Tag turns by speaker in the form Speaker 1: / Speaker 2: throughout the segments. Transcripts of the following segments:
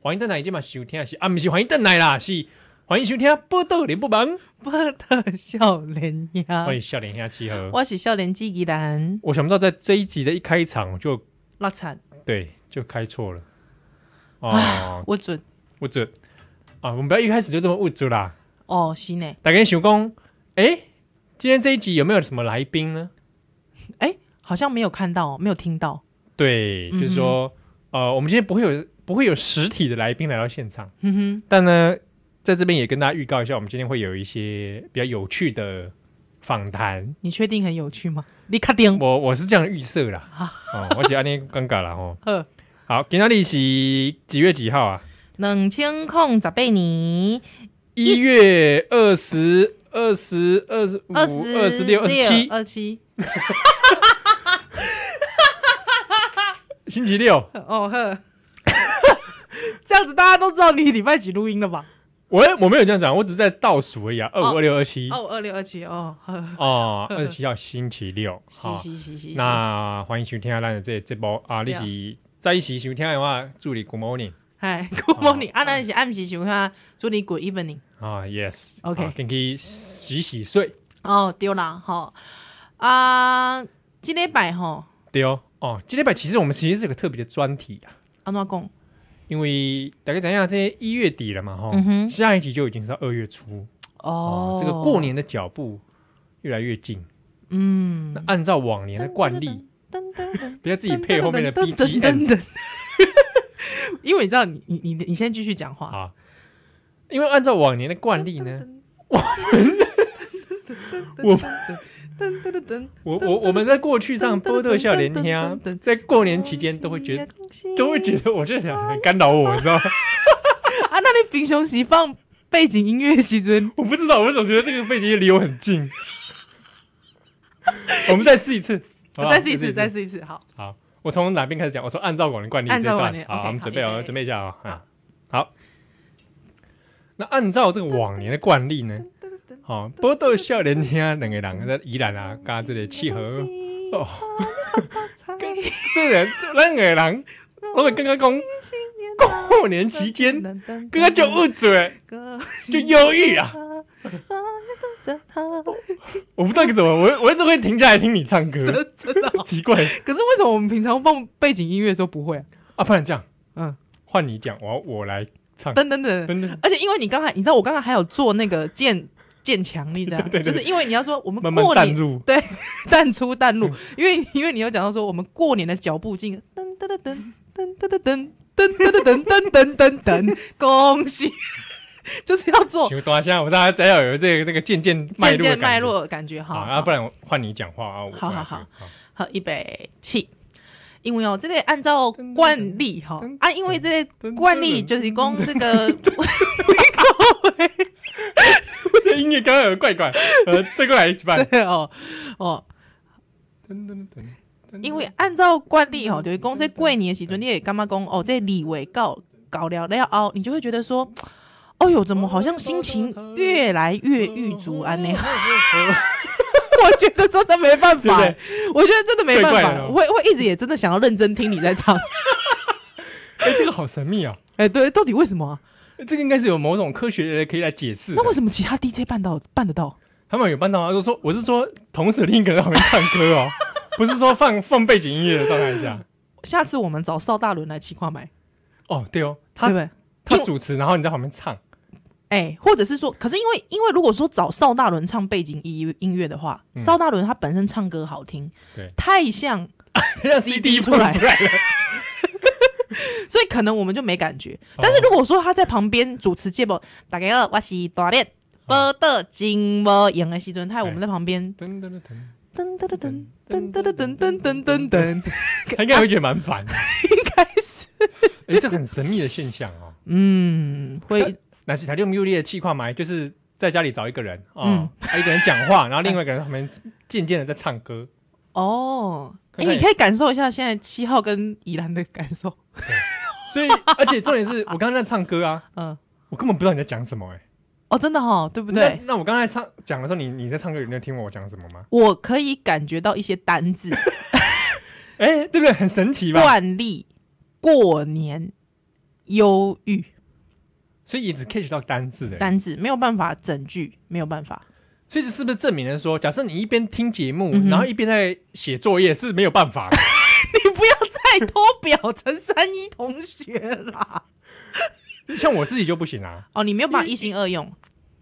Speaker 1: 欢迎邓来，今嘛收听的是啊，不是欢迎邓来啦，是欢迎收听报道联播网，
Speaker 2: 不得笑脸呀
Speaker 1: 欢！迎笑脸下集合。
Speaker 2: 啊我是笑脸机器人，
Speaker 1: 我想不到在这一集的一开场就
Speaker 2: 落惨，
Speaker 1: 对就开错了，哦，
Speaker 2: 我准
Speaker 1: 误准啊，我们不要一开始就这么误准啦。
Speaker 2: 哦，是呢。
Speaker 1: 大家想讲，诶，今天这一集有没有什么来宾呢？
Speaker 2: 哎，好像没有看到，没有听到。
Speaker 1: 对，就是说，呃，我们今天不会有不会有实体的来宾来到现场，
Speaker 2: 嗯
Speaker 1: 但呢，在这边也跟大家预告一下，我们今天会有一些比较有趣的访谈
Speaker 2: 哼。，你确定很有趣吗？你确定？
Speaker 1: 我我是这样预设啦，哦，而且安尼尴尬了哦
Speaker 2: 好。
Speaker 1: 好，今天你是几月几号啊？
Speaker 2: 两千空十八年
Speaker 1: 一月二十二、十二、十五、
Speaker 2: 二十
Speaker 1: 二十六、二十七，
Speaker 2: 二七。
Speaker 1: 星期六。
Speaker 2: 哦呵， 这样子大家都知道你礼拜几录音了吧？
Speaker 1: 我我没有这样讲，我只是在倒数而已啊，二五、二六、二七
Speaker 2: 哦，二六二七哦，呵，
Speaker 1: 哦，二十七号星期六。
Speaker 2: 是
Speaker 1: 好，
Speaker 2: 是是是。
Speaker 1: 那欢迎收听咱的这这波啊，你是在一起收听的话，祝你 Good morning
Speaker 2: 哎，Good morning，啊，那是暗时想看，祝你 Good evening。
Speaker 1: 啊，Yes。
Speaker 2: OK
Speaker 1: 跟去洗洗睡
Speaker 2: 哦，对啦，吼啊，即礼拜吼，
Speaker 1: 对哦。哦，今天拜其实我们其实是有个特别的专题啊，
Speaker 2: 安怎讲？
Speaker 1: 因为大概讲一下，这一月底了嘛，哈、
Speaker 2: 嗯哼
Speaker 1: 下一集就已经是到二月初
Speaker 2: 哦，
Speaker 1: 这个过，年的脚步越来越近。
Speaker 2: 嗯，
Speaker 1: 那按照往年的惯例，
Speaker 2: 噔噔噔，
Speaker 1: 不要自己配后面的
Speaker 2: 噔噔噔
Speaker 1: BGM
Speaker 2: 噔，因为你知道，你你你你先继续讲话，
Speaker 1: 啊，因为按照往年的惯例呢，我们
Speaker 2: 噔噔噔噔，
Speaker 1: 我我我们在过去上波特笑连天啊，在过年期间都会觉得
Speaker 2: 恭喜呀
Speaker 1: 都会觉得我这想很干扰我，你知道 吗？
Speaker 2: 啊，那你平常时放背景音乐的时阵，
Speaker 1: 我不知道，我总觉得这个背景音离我很近。我们再试一次，好不好
Speaker 2: 再试一次，再。试一次，好，
Speaker 1: 好，我从哪边开始讲？我从按照往年惯例这一
Speaker 2: 按照
Speaker 1: 段
Speaker 2: 往年
Speaker 1: 好，
Speaker 2: OK，
Speaker 1: 我们
Speaker 2: 好
Speaker 1: 准备
Speaker 2: 预
Speaker 1: 哦，
Speaker 2: 备
Speaker 1: 准备一下哦。啊，好。那按照这个往年的惯例呢，好，波豆笑连天啊，两个人在宜兰 啊，跟这里契合。哦，
Speaker 2: 恭喜
Speaker 1: 这人这两个 人，我们刚刚讲
Speaker 2: 新年
Speaker 1: 过年期间，
Speaker 2: 噔噔噔
Speaker 1: 刚刚就误嘴，
Speaker 2: 歌
Speaker 1: 就忧郁啊。我不知道该怎么，我我一直会停下来听你唱歌，
Speaker 2: 真真的哦、
Speaker 1: 奇怪
Speaker 2: 可是为什么我们平常放背景音乐的时候不会、啊？
Speaker 1: 啊！不然这样，
Speaker 2: 嗯，
Speaker 1: 换你讲，我我来唱，
Speaker 2: 等等等，
Speaker 1: 真的
Speaker 2: 而且因为你刚才，你知道我刚才还有做那个渐渐强力这样，
Speaker 1: 对对对
Speaker 2: 就是因为你要说我们
Speaker 1: 慢慢
Speaker 2: 过
Speaker 1: 淡
Speaker 2: 年
Speaker 1: 入。
Speaker 2: 对淡出淡入，因为因为你有讲到说我们过年的脚步近，噔噔噔噔噔噔噔噔噔噔噔噔噔噔，恭喜，就是要做
Speaker 1: 请大家，我大家再要有这个这个渐渐脉
Speaker 2: 哦
Speaker 1: 络的
Speaker 2: 渐渐
Speaker 1: 感
Speaker 2: 脉
Speaker 1: 觉。
Speaker 2: 络的感觉
Speaker 1: 好，
Speaker 2: 哈。
Speaker 1: 啊，不然我换你讲话啊。我
Speaker 2: 好
Speaker 1: 我来
Speaker 2: 好
Speaker 1: 这个
Speaker 2: 好，一百七。因为哦，这个按照惯例哈
Speaker 1: 噔噔噔
Speaker 2: 啊，因为这个惯例就是讲这个，
Speaker 1: 好这音乐刚刚有个怪怪，呃，再过来一半。
Speaker 2: 对哦哦，
Speaker 1: 噔噔噔噔
Speaker 2: 因为按照惯例吼，就是讲在过年的时阵，你也干嘛讲哦，这李伟告搞了了后，你就会觉得说，哦呦，怎么好像心情越来越郁足安呢？
Speaker 1: 哦
Speaker 2: 我觉得真的没办
Speaker 1: 对不
Speaker 2: 法，欸
Speaker 1: 对？
Speaker 2: 我觉得真的没
Speaker 1: 怪
Speaker 2: 办
Speaker 1: 怪的
Speaker 2: 法，
Speaker 1: 哦
Speaker 2: 我会我一直也真的想要认真听你在 唱，
Speaker 1: 哎，这个好神秘啊！
Speaker 2: 哎，对，到底为什么啊？
Speaker 1: 这个应该是有某种科学的可以来解释的
Speaker 2: 那。为什么其他 DJ 办到办得到？
Speaker 1: 他们有办到啊，就说我是说同时另一个人在旁边唱歌 哦，不是说放放背景音乐的状态下。
Speaker 2: 下次我们找邵大伦来企划买，
Speaker 1: 哦，对哦，
Speaker 2: 对
Speaker 1: 他
Speaker 2: 不对？
Speaker 1: 他
Speaker 2: 因为
Speaker 1: 主持，然后你在旁边唱，
Speaker 2: 哎、或者是说，可是因为因为如果说找邵大伦唱背景音音乐的话，邵、大伦他本身唱歌好听，
Speaker 1: 对
Speaker 2: 太像，
Speaker 1: 让
Speaker 2: CD
Speaker 1: 放
Speaker 2: 出来
Speaker 1: 出来了。
Speaker 2: 所以可能我们就没感觉。但是如果说他在旁边主持节目，大概二我是大练波的金波演的时阵，他我们在旁边
Speaker 1: 噔噔噔噔，
Speaker 2: 噔噔噔噔噔噔噔噔噔噔噔，
Speaker 1: 他应该会觉得蛮烦 的。
Speaker 2: 应该 是
Speaker 1: 哎，这很神秘的现象哦。
Speaker 2: 嗯会
Speaker 1: 那是台六 U 力的气化埋，就是在家里找一个人哦
Speaker 2: 嗯，
Speaker 1: 他一个人讲话，然后另外一个人在旁边渐渐的在唱歌。
Speaker 2: 哦。
Speaker 1: 看
Speaker 2: 哎、
Speaker 1: 看
Speaker 2: 你可以感受一下现在七号跟宜兰的感受，
Speaker 1: 所以，而且重点是我刚刚在唱歌啊，
Speaker 2: 嗯，
Speaker 1: 我根本不知道你在讲什么哎。
Speaker 2: 哦，真的哈、对不对？
Speaker 1: 那那我刚才唱讲的时候，你你在唱歌，有人听我讲什么吗？
Speaker 2: 我可以感觉到一些单字，
Speaker 1: 哎，对不对？很神奇吧？
Speaker 2: 惯例、过年、忧郁
Speaker 1: 所以也只 catch 到单字的。
Speaker 2: 单字，没有办法整句，没有办法。
Speaker 1: 所以这是不是证明了说，假设你一边听节目，
Speaker 2: 嗯哼
Speaker 1: 然后一边在写作业是没有办法的？
Speaker 2: 你不要再偷表陈三一同学啦！
Speaker 1: 像我自己就不行啊，
Speaker 2: 哦，你没有办法一心二用。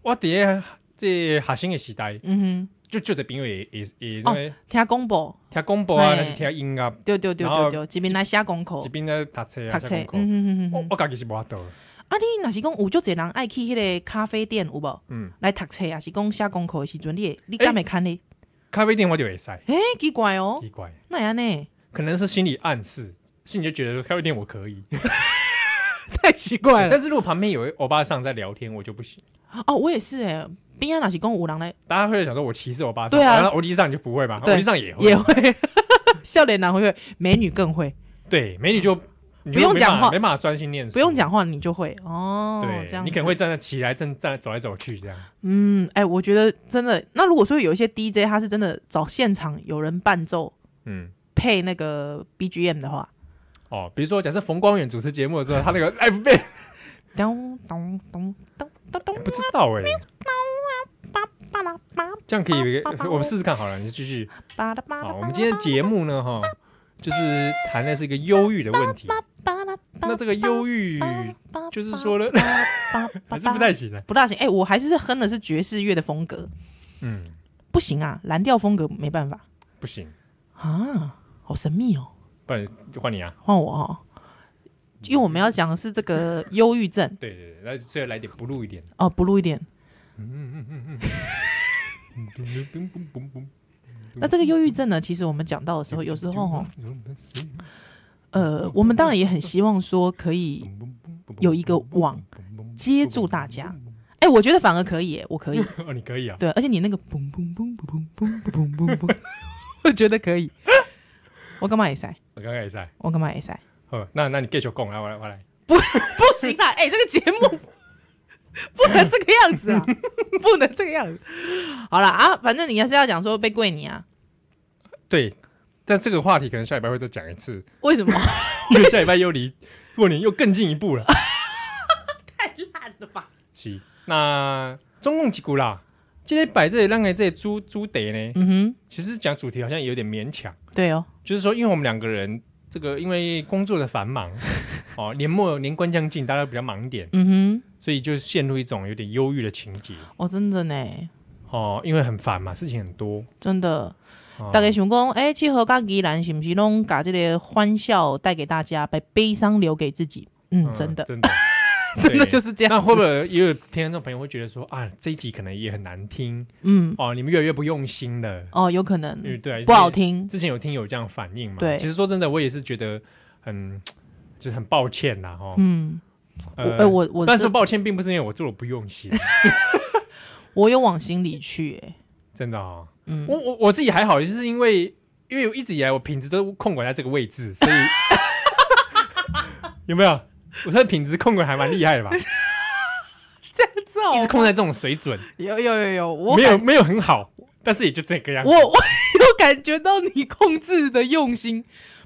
Speaker 1: 我伫这学生的时代，
Speaker 2: 嗯
Speaker 1: 就就这朋友也也也那个
Speaker 2: 哼，听公布，
Speaker 1: 听广播啊，
Speaker 2: 哦嘿
Speaker 1: 还是听音乐，
Speaker 2: 对对对
Speaker 1: 然后
Speaker 2: 对对，这边来写功课
Speaker 1: 一，边在读册啊，
Speaker 2: 读册
Speaker 1: 写。功课。
Speaker 2: 嗯嗯嗯
Speaker 1: 我
Speaker 2: 嗯。
Speaker 1: 我家己是无法度的，
Speaker 2: 啊，你若是讲有足侪人爱去迄个咖啡店有无？
Speaker 1: 嗯，
Speaker 2: 来读册，也是讲写功课的时阵，你会你敢会看呢？
Speaker 1: 咖啡店我就会塞，
Speaker 2: 诶，奇怪哦，
Speaker 1: 奇怪，
Speaker 2: 那安尼
Speaker 1: 可能是心理暗示，心里就觉得说咖啡店我可以，
Speaker 2: 太奇怪
Speaker 1: 但。是如果旁边有一欧巴桑在聊天，我就不行。
Speaker 2: 哦，我也是诶，边啊若是讲有人来
Speaker 1: 大家会想说我歧视欧巴桑，
Speaker 2: 对啊
Speaker 1: 然后欧弟上你就不会吧？
Speaker 2: 对
Speaker 1: 欧弟上也会，
Speaker 2: 也会， 笑脸男会会，美女更会，
Speaker 1: 对，美女就你就
Speaker 2: 不用
Speaker 1: 没办法
Speaker 2: 讲话
Speaker 1: 没办法专心念书，
Speaker 2: 不用，讲话你就会哦。这
Speaker 1: 对
Speaker 2: 样
Speaker 1: 你可能
Speaker 2: 子
Speaker 1: 会站在起来，站站走来走去这样。
Speaker 2: 嗯，哎、我觉得真的，那如果说有一些 DJ 他是真的找现场有人伴奏
Speaker 1: 嗯，
Speaker 2: 配那个 BGM 的话，
Speaker 1: 哦，比如说假设冯光远主持节目的时候，他那个 F 贝
Speaker 2: 咚咚咚咚咚咚，
Speaker 1: 不知道哎，
Speaker 2: 巴拉巴
Speaker 1: 这样可以有一个，我们试试看好了，你继续。
Speaker 2: 巴拉巴拉。
Speaker 1: 好，我们今天的节目呢，哈，就是谈的是一个忧郁的问题。
Speaker 2: 巴拉巴
Speaker 1: 那
Speaker 2: 拉
Speaker 1: 这个忧郁
Speaker 2: 巴拉，
Speaker 1: 就是说呢，
Speaker 2: 巴拉
Speaker 1: 还是不太行的。啊
Speaker 2: 不大行。哎、我还是哼的是爵士乐的风格，
Speaker 1: 嗯，
Speaker 2: 不行啊，蓝调风格没办法
Speaker 1: 不行，
Speaker 2: 啊，好神秘哦。
Speaker 1: 不然就换你啊。
Speaker 2: 换我哦，因为我们要讲的是这个忧郁症
Speaker 1: 对对对，那最后来点不露一点。
Speaker 2: 哦，不录一点。那这个忧郁症呢，其实我们讲到的时候，有时候哦，呃，我们当然也很希望说可以有一个
Speaker 1: 哦
Speaker 2: 网接住大家。哎、我觉得反而可以耶，我 可以，
Speaker 1: 哦，你可以啊。
Speaker 2: 对，而且你那个嘣嘣嘣嘣嘣嘣嘣嘣 嘣，我觉得可以。我干嘛也塞？
Speaker 1: 我刚刚也在。
Speaker 2: 我干嘛也塞？
Speaker 1: 好，那那你继续讲，啊来我来我来。
Speaker 2: 不行啦！哎、这个节目不能这个样子啊，不能这个样子。好啦，啊，反正你还是要讲说被跪你啊？
Speaker 1: 对，但这个话题可能下礼拜会再讲一次，
Speaker 2: 为什么？
Speaker 1: 因为下礼拜又离过年又更进一步了。
Speaker 2: 太烂了吧！
Speaker 1: 是，那总共几股啦？今天摆这里，让给这里猪猪得呢？
Speaker 2: 嗯
Speaker 1: 其实讲主题好像有点勉强，
Speaker 2: 哼，对哦，
Speaker 1: 就是说，因为我们两个人这个因为工作的繁忙，哦，年末年关将近，大家比较忙一点，
Speaker 2: 嗯
Speaker 1: 所以就陷入一种有点忧郁的情节
Speaker 2: 哼，哦，真的呢，
Speaker 1: 哦，因为很烦嘛，事情很多。
Speaker 2: 真的，
Speaker 1: 哦
Speaker 2: 大概想讲，哎、欸，去和甲宜兰是不是拢把这个欢笑带给大家，把悲伤留给自己？嗯，真的，
Speaker 1: 真的
Speaker 2: 真的
Speaker 1: 对
Speaker 2: 就是这样。
Speaker 1: 那会不会也有听众朋友会觉得说啊，这一集可能也很难听
Speaker 2: 嗯，
Speaker 1: 哦，你们越来越不用心了，
Speaker 2: 哦，有可
Speaker 1: 因为
Speaker 2: 能
Speaker 1: 对啊，
Speaker 2: 不好。听。
Speaker 1: 之前有听友这样反映嘛？
Speaker 2: 对
Speaker 1: 其实说真的，我也是觉得很就是很抱歉啦，哦，
Speaker 2: 嗯，我哎、
Speaker 1: 呃
Speaker 2: 我我
Speaker 1: 但是
Speaker 2: 真
Speaker 1: 抱歉，并不是因为我做的不用 心，
Speaker 2: 我有往心里去、哎，
Speaker 1: 真的哦。
Speaker 2: 嗯，
Speaker 1: 我我我自己还好，就是因为因为我一直以来我品质都控管在这个位置， 所以 有没有？我算品质控管还蛮厉害 的吧，一直控在这种水准，
Speaker 2: 有有有有，我
Speaker 1: 没有
Speaker 2: 感
Speaker 1: 没有很好，但是也就这个样子。
Speaker 2: 我我有感觉到你控制的用心，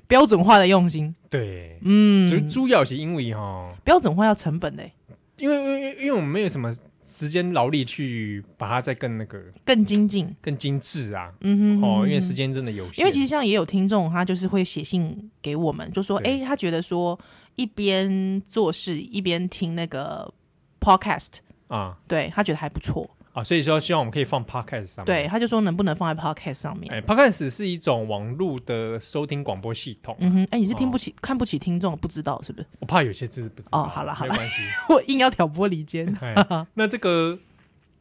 Speaker 2: 标准化的用心。
Speaker 1: 对，主
Speaker 2: 嗯，
Speaker 1: 主要是因为哈，
Speaker 2: 标准化要成本嘞、
Speaker 1: 因为因为因为我们没有什么时间劳力去把它再更那个
Speaker 2: 更精进。
Speaker 1: 更精致啊。
Speaker 2: 嗯哼
Speaker 1: 哦，
Speaker 2: 哼
Speaker 1: 因为
Speaker 2: 哼
Speaker 1: 时间真的有限，
Speaker 2: 因为其实像也有听众，他就是会写信给我们，就说，哎、
Speaker 1: 对
Speaker 2: 他觉得说一边做事一边听那个 podcast，
Speaker 1: 啊
Speaker 2: 对他觉得还不错，
Speaker 1: 啊，所以说希望我们可以放 podcast 上面。
Speaker 2: 对，他就说能不能放在 podcast 上面？
Speaker 1: 哎，podcast 是一种网络的收听广播系统，
Speaker 2: 嗯哼，
Speaker 1: 哦
Speaker 2: 哎、你是听不起、看不起听众，不知道是不 是？
Speaker 1: 我怕有些字不知道。
Speaker 2: 哦好了好了
Speaker 1: 没关系。
Speaker 2: 我硬要挑拨离间。
Speaker 1: 哎那这个，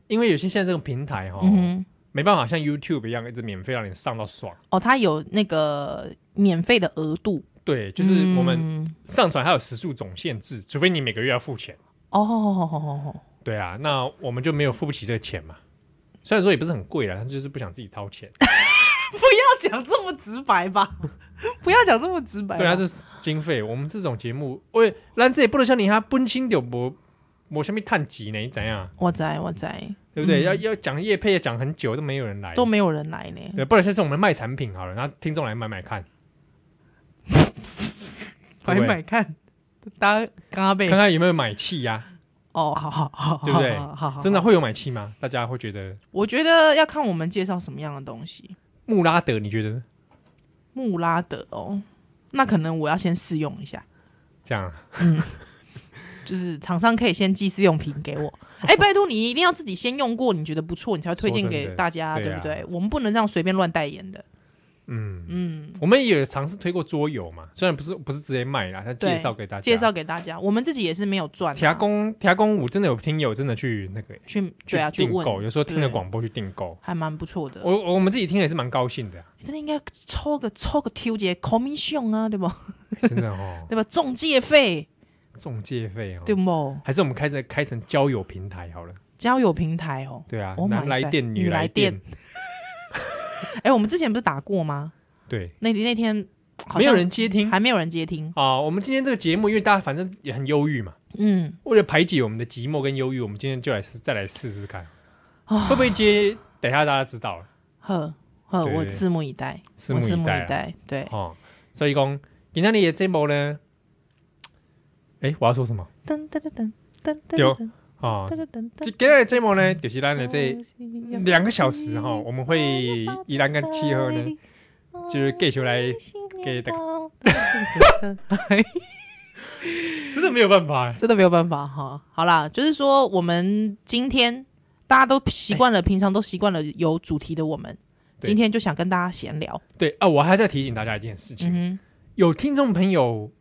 Speaker 1: 因为有些现在这个平台哈，
Speaker 2: 嗯哼，
Speaker 1: 没办法像 YouTube 一样一直免费让你上到爽。
Speaker 2: 哦，他有那个免费的额度，
Speaker 1: 对，就是我们
Speaker 2: 嗯
Speaker 1: 上传还有时数总限制，除非你每个月要付钱。
Speaker 2: 哦，
Speaker 1: 对啊，那我们就没有付不起这个钱嘛。虽然说也不是很贵啦，但就是不想自己掏钱。
Speaker 2: 不要讲这么直白吧， 不要讲这么直白吧。
Speaker 1: 对啊，这是经费，我们这种节目，喂，咱这也不能像你哈，本清就无无什么探级呢，怎样？
Speaker 2: 我在我在
Speaker 1: 对不对？要要讲业配，要讲很久都没有人来，
Speaker 2: 嗯都没有人来呢。
Speaker 1: 对，不然下次我们卖产 品好了，然后听众来买买看，会不会
Speaker 2: 看， 大家刚刚被
Speaker 1: 看看有没有买气呀、
Speaker 2: 哦，好好好，
Speaker 1: 对不对
Speaker 2: 好好好，
Speaker 1: 真的
Speaker 2: 好，
Speaker 1: 会有买气吗？大家会觉得
Speaker 2: 我觉得要看我们介绍什么样的东西。
Speaker 1: 穆拉德，你觉得
Speaker 2: 穆拉德哦，那可能我要先试用一下，
Speaker 1: 这样啊？
Speaker 2: 就是厂商可以先寄试用品给 我。哎，拜托你一定要自己先用过，你觉得不错，你才会推荐
Speaker 1: 说真的
Speaker 2: 给大家，
Speaker 1: 对
Speaker 2: 对
Speaker 1: 啊
Speaker 2: 不 对？我们不能这样随便乱代言的。
Speaker 1: 嗯，
Speaker 2: 嗯，
Speaker 1: 我们也有尝试推过桌游嘛，虽然不是不是直接卖啦，但介
Speaker 2: 对
Speaker 1: 绍给大家。
Speaker 2: 介绍给大家，我们自己也是没有赚啊。
Speaker 1: 铁啊工铁工舞真的有听友真的去那个
Speaker 2: 去对啊，去
Speaker 1: 订
Speaker 2: 问
Speaker 1: 购，有时候听了
Speaker 2: 对
Speaker 1: 广播去订购。
Speaker 2: 还蛮不错的。哎
Speaker 1: 我我们自己听了也是蛮高兴的啊、
Speaker 2: 真的应该抽个抽个 Q 节 commission 啊，对不？，
Speaker 1: 真的哦
Speaker 2: 对吧？中介费
Speaker 1: 中介费哦，
Speaker 2: 对不？
Speaker 1: 还是我们开成开成交友平台好了。
Speaker 2: 交友平台哦。
Speaker 1: 对啊
Speaker 2: Oh，my
Speaker 1: 男来
Speaker 2: God，
Speaker 1: 电，
Speaker 2: 女
Speaker 1: 来
Speaker 2: 来电，哎，我们之前不是打过吗？
Speaker 1: 对，
Speaker 2: 那那天好像
Speaker 1: 没有人接听啊、啊
Speaker 2: 还没有人接听。
Speaker 1: 我们今天这个节目，因为大家反正也很忧郁嘛，
Speaker 2: 嗯，
Speaker 1: 为了排解我们的寂寞跟忧郁，我们今天就来试再来试试看，
Speaker 2: 啊
Speaker 1: 会不会接？等一下大家知道了，
Speaker 2: 呵呵，
Speaker 1: 对
Speaker 2: 我拭目以待，
Speaker 1: 拭
Speaker 2: 我
Speaker 1: 目
Speaker 2: 拭
Speaker 1: 以
Speaker 2: 目
Speaker 1: 待
Speaker 2: 以
Speaker 1: 啊。
Speaker 2: 待。对，
Speaker 1: 哦，所以讲，今天你的节目呢？哎，我要说什么
Speaker 2: 噔噔噔噔噔噔
Speaker 1: 对
Speaker 2: 噔
Speaker 1: 啊？
Speaker 2: 噔噔哦
Speaker 1: 今
Speaker 2: 噔。
Speaker 1: 今天的节目呢，就是咱的这
Speaker 2: 这
Speaker 1: 两个小时哈，我们会依然跟气候呢，
Speaker 2: 哦
Speaker 1: 就是继续来给大真的没有办 法欸，
Speaker 2: 真的没有办法哈。好啦，就是说我们今天大家都习惯了，平常都习惯了有主题的我们，
Speaker 1: 对
Speaker 2: 今天就想跟大家闲聊。
Speaker 1: 对啊，我还在提醒大家一件事情，
Speaker 2: 嗯
Speaker 1: 有听众朋友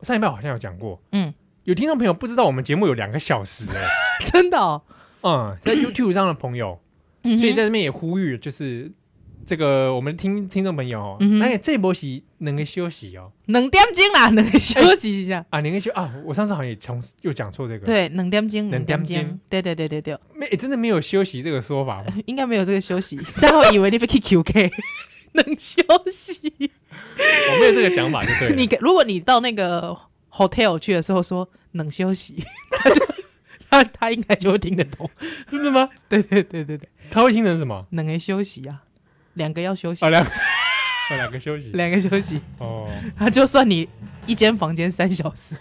Speaker 1: 上一半好像有讲过，
Speaker 2: 嗯，
Speaker 1: 有听众朋友不知道我们节目有两个小时哎、
Speaker 2: 哼，真的、哦，
Speaker 1: 嗯，在 YouTube 上的朋友，
Speaker 2: 嗯哼
Speaker 1: 所以在这边也呼吁，就是这个我们听听众朋友哦，
Speaker 2: 嗯哼
Speaker 1: 那、这波是能够休息哦
Speaker 2: 两点钟啦，能 休息一下。
Speaker 1: 啊，能够休啊，我上次好像也从又讲错这个，
Speaker 2: 对，两点钟，
Speaker 1: 两
Speaker 2: 两
Speaker 1: 点
Speaker 2: 点
Speaker 1: 钟
Speaker 2: 钟，对对对对对，
Speaker 1: 没、欸真的没有休息这个说法吗？
Speaker 2: 应该没有这个休 息，待会以为你被 QK，能 休息。
Speaker 1: 我没有这个讲法就对了。
Speaker 2: 你如果你到那个 hotel 去的时候说能休息， 他就他他应该就会听得懂。
Speaker 1: 真的吗？
Speaker 2: 对对对对对，
Speaker 1: 他会听成什么？
Speaker 2: 能休息啊，两个要休息
Speaker 1: 啊，，两个 啊两个休息
Speaker 2: 两个休息，
Speaker 1: 哦，
Speaker 2: 他就算你一间房间三小时，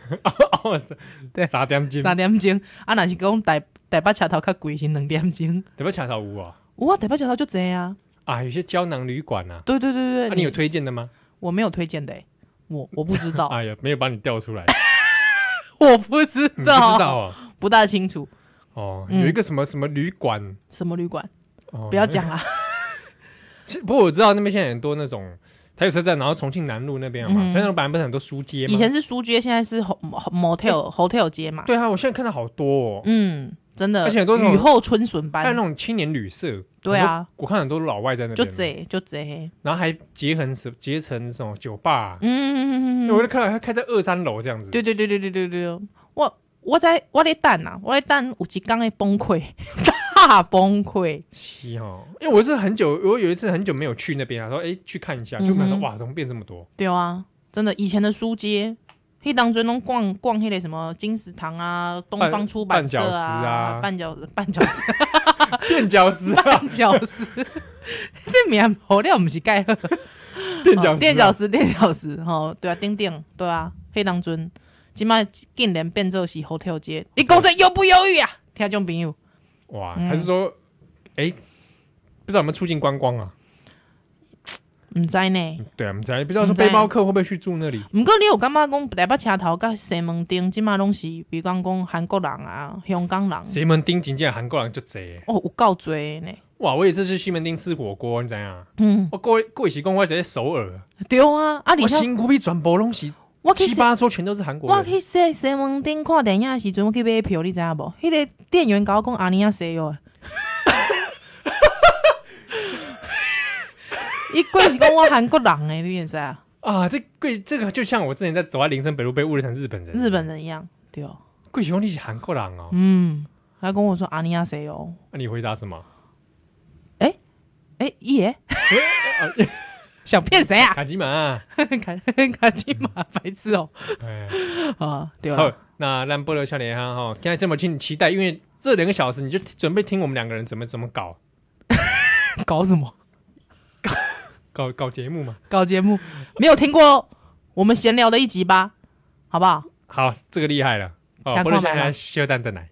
Speaker 1: 哦是
Speaker 2: 对
Speaker 1: 三点钟，
Speaker 2: 三点钟，啊，若是讲台台北车头较贵是两点钟，
Speaker 1: 怎么恰到五啊？
Speaker 2: 有啊，台北车头就这啊，
Speaker 1: 啊，有些胶囊旅馆啊，
Speaker 2: 对对对对，
Speaker 1: 啊，你有推荐的吗？
Speaker 2: 我没有推荐的欸、我我不知道，
Speaker 1: 哎呀，没有把你调出来，
Speaker 2: 我不知
Speaker 1: 你不知
Speaker 2: 道，
Speaker 1: 道哦。
Speaker 2: 不大清楚
Speaker 1: 哦，
Speaker 2: 嗯
Speaker 1: 有一个什么什么旅馆，
Speaker 2: 什么旅馆，
Speaker 1: 哦
Speaker 2: 不要。讲啦，
Speaker 1: 其实不过我知道那边现在很多那种台北车站，然后重庆南路那边嘛，所
Speaker 2: 嗯
Speaker 1: 以那种本来不是很多书街嘛。
Speaker 2: 以前是书街，现在是 ho- mo- motel、hotel 街嘛，
Speaker 1: 对啊，我现在看到好多哦，
Speaker 2: 嗯，真的，
Speaker 1: 而且都是那种
Speaker 2: 雨后春笋
Speaker 1: 还有
Speaker 2: 般
Speaker 1: 那，种青年旅社。
Speaker 2: 对啊
Speaker 1: 我都，我看很多老外在那
Speaker 2: 就
Speaker 1: 边，
Speaker 2: 这就这，
Speaker 1: 然后还结成什结成什么酒吧啊，
Speaker 2: 嗯，
Speaker 1: 我就看到他开在二三楼这样子。
Speaker 2: 对对对对对对对，我我在我在等啊，我在等有一天会崩溃， 大崩溃。
Speaker 1: 是哦，因为我是很久，我有一次很久没有去那边啊，说哎去看一下，就没想到
Speaker 2: 嗯哼
Speaker 1: 哇，怎么变这么多？
Speaker 2: 对啊，真的，以前的书街，迄当中拢逛逛迄个什么金石堂啊、东方出版社啊、
Speaker 1: 绊
Speaker 2: 绊脚石、绊脚石、
Speaker 1: 垫脚石 啊，
Speaker 2: 绊脚石，这名好料不是盖好。
Speaker 1: 垫脚石啊，
Speaker 2: 哦垫脚 石，垫脚石，吼，对啊，顶顶，对啊，迄当中，即摆竟然变做是 hotel 街，你讲这忧不忧郁啊？听众朋友，
Speaker 1: 哇，
Speaker 2: 嗯
Speaker 1: 还是说，哎、不知道有没有促进观光啊？
Speaker 2: 唔知呢。
Speaker 1: 对啊，我们才不知道说
Speaker 2: 不知道
Speaker 1: 背包客会不会去住那里？
Speaker 2: 毋过你有感觉讲台北车头甲西门町即马拢是，比如讲讲韩国人啊、香港人，
Speaker 1: 西门町真正韩国人就贼
Speaker 2: 哦，有够多的呢。
Speaker 1: 哇！我也这次去西门町吃火锅，你知影？
Speaker 2: 嗯，
Speaker 1: 我过过去讲我直接首尔，
Speaker 2: 对啊，啊，你
Speaker 1: 我
Speaker 2: 像
Speaker 1: 辛苦比全部拢是
Speaker 2: 我去
Speaker 1: 七
Speaker 2: 西
Speaker 1: 八桌全都是韩国
Speaker 2: 我
Speaker 1: 人。
Speaker 2: 去西西门町看电影的时阵，我去买票，你知影无？迄、个店员甲我讲阿尼亚啊西哦哟。伊过是讲我韩国人诶，你会知啊？
Speaker 1: 啊，这贵这个就像我之前在走在林森北路被误认成日本人，
Speaker 2: 日本人一样，对哦。
Speaker 1: 贵兄弟是韩国人哦。
Speaker 2: 嗯，他跟我说阿尼亚西哦哟。
Speaker 1: 那、你回答什
Speaker 2: 啊
Speaker 1: 么？
Speaker 2: 诶，伊耶， 想骗谁啊？
Speaker 1: 卡基玛、啊。
Speaker 2: 卡卡金马白痴哦、
Speaker 1: 哎，
Speaker 2: 啊，对
Speaker 1: 好
Speaker 2: 吧？，
Speaker 1: 那让波罗笑脸哈哈，现在这么请你期待，因为这两个小时你就准备听我们两个人怎么怎么搞
Speaker 2: 搞什么？
Speaker 1: 搞搞节目嘛。
Speaker 2: 搞节目没有听过我们闲聊的一集吧？好不好？
Speaker 1: 好，这个厉害了。哦，
Speaker 2: 想
Speaker 1: 不能
Speaker 2: 看
Speaker 1: 像
Speaker 2: 吗
Speaker 1: 小蛋蛋奶，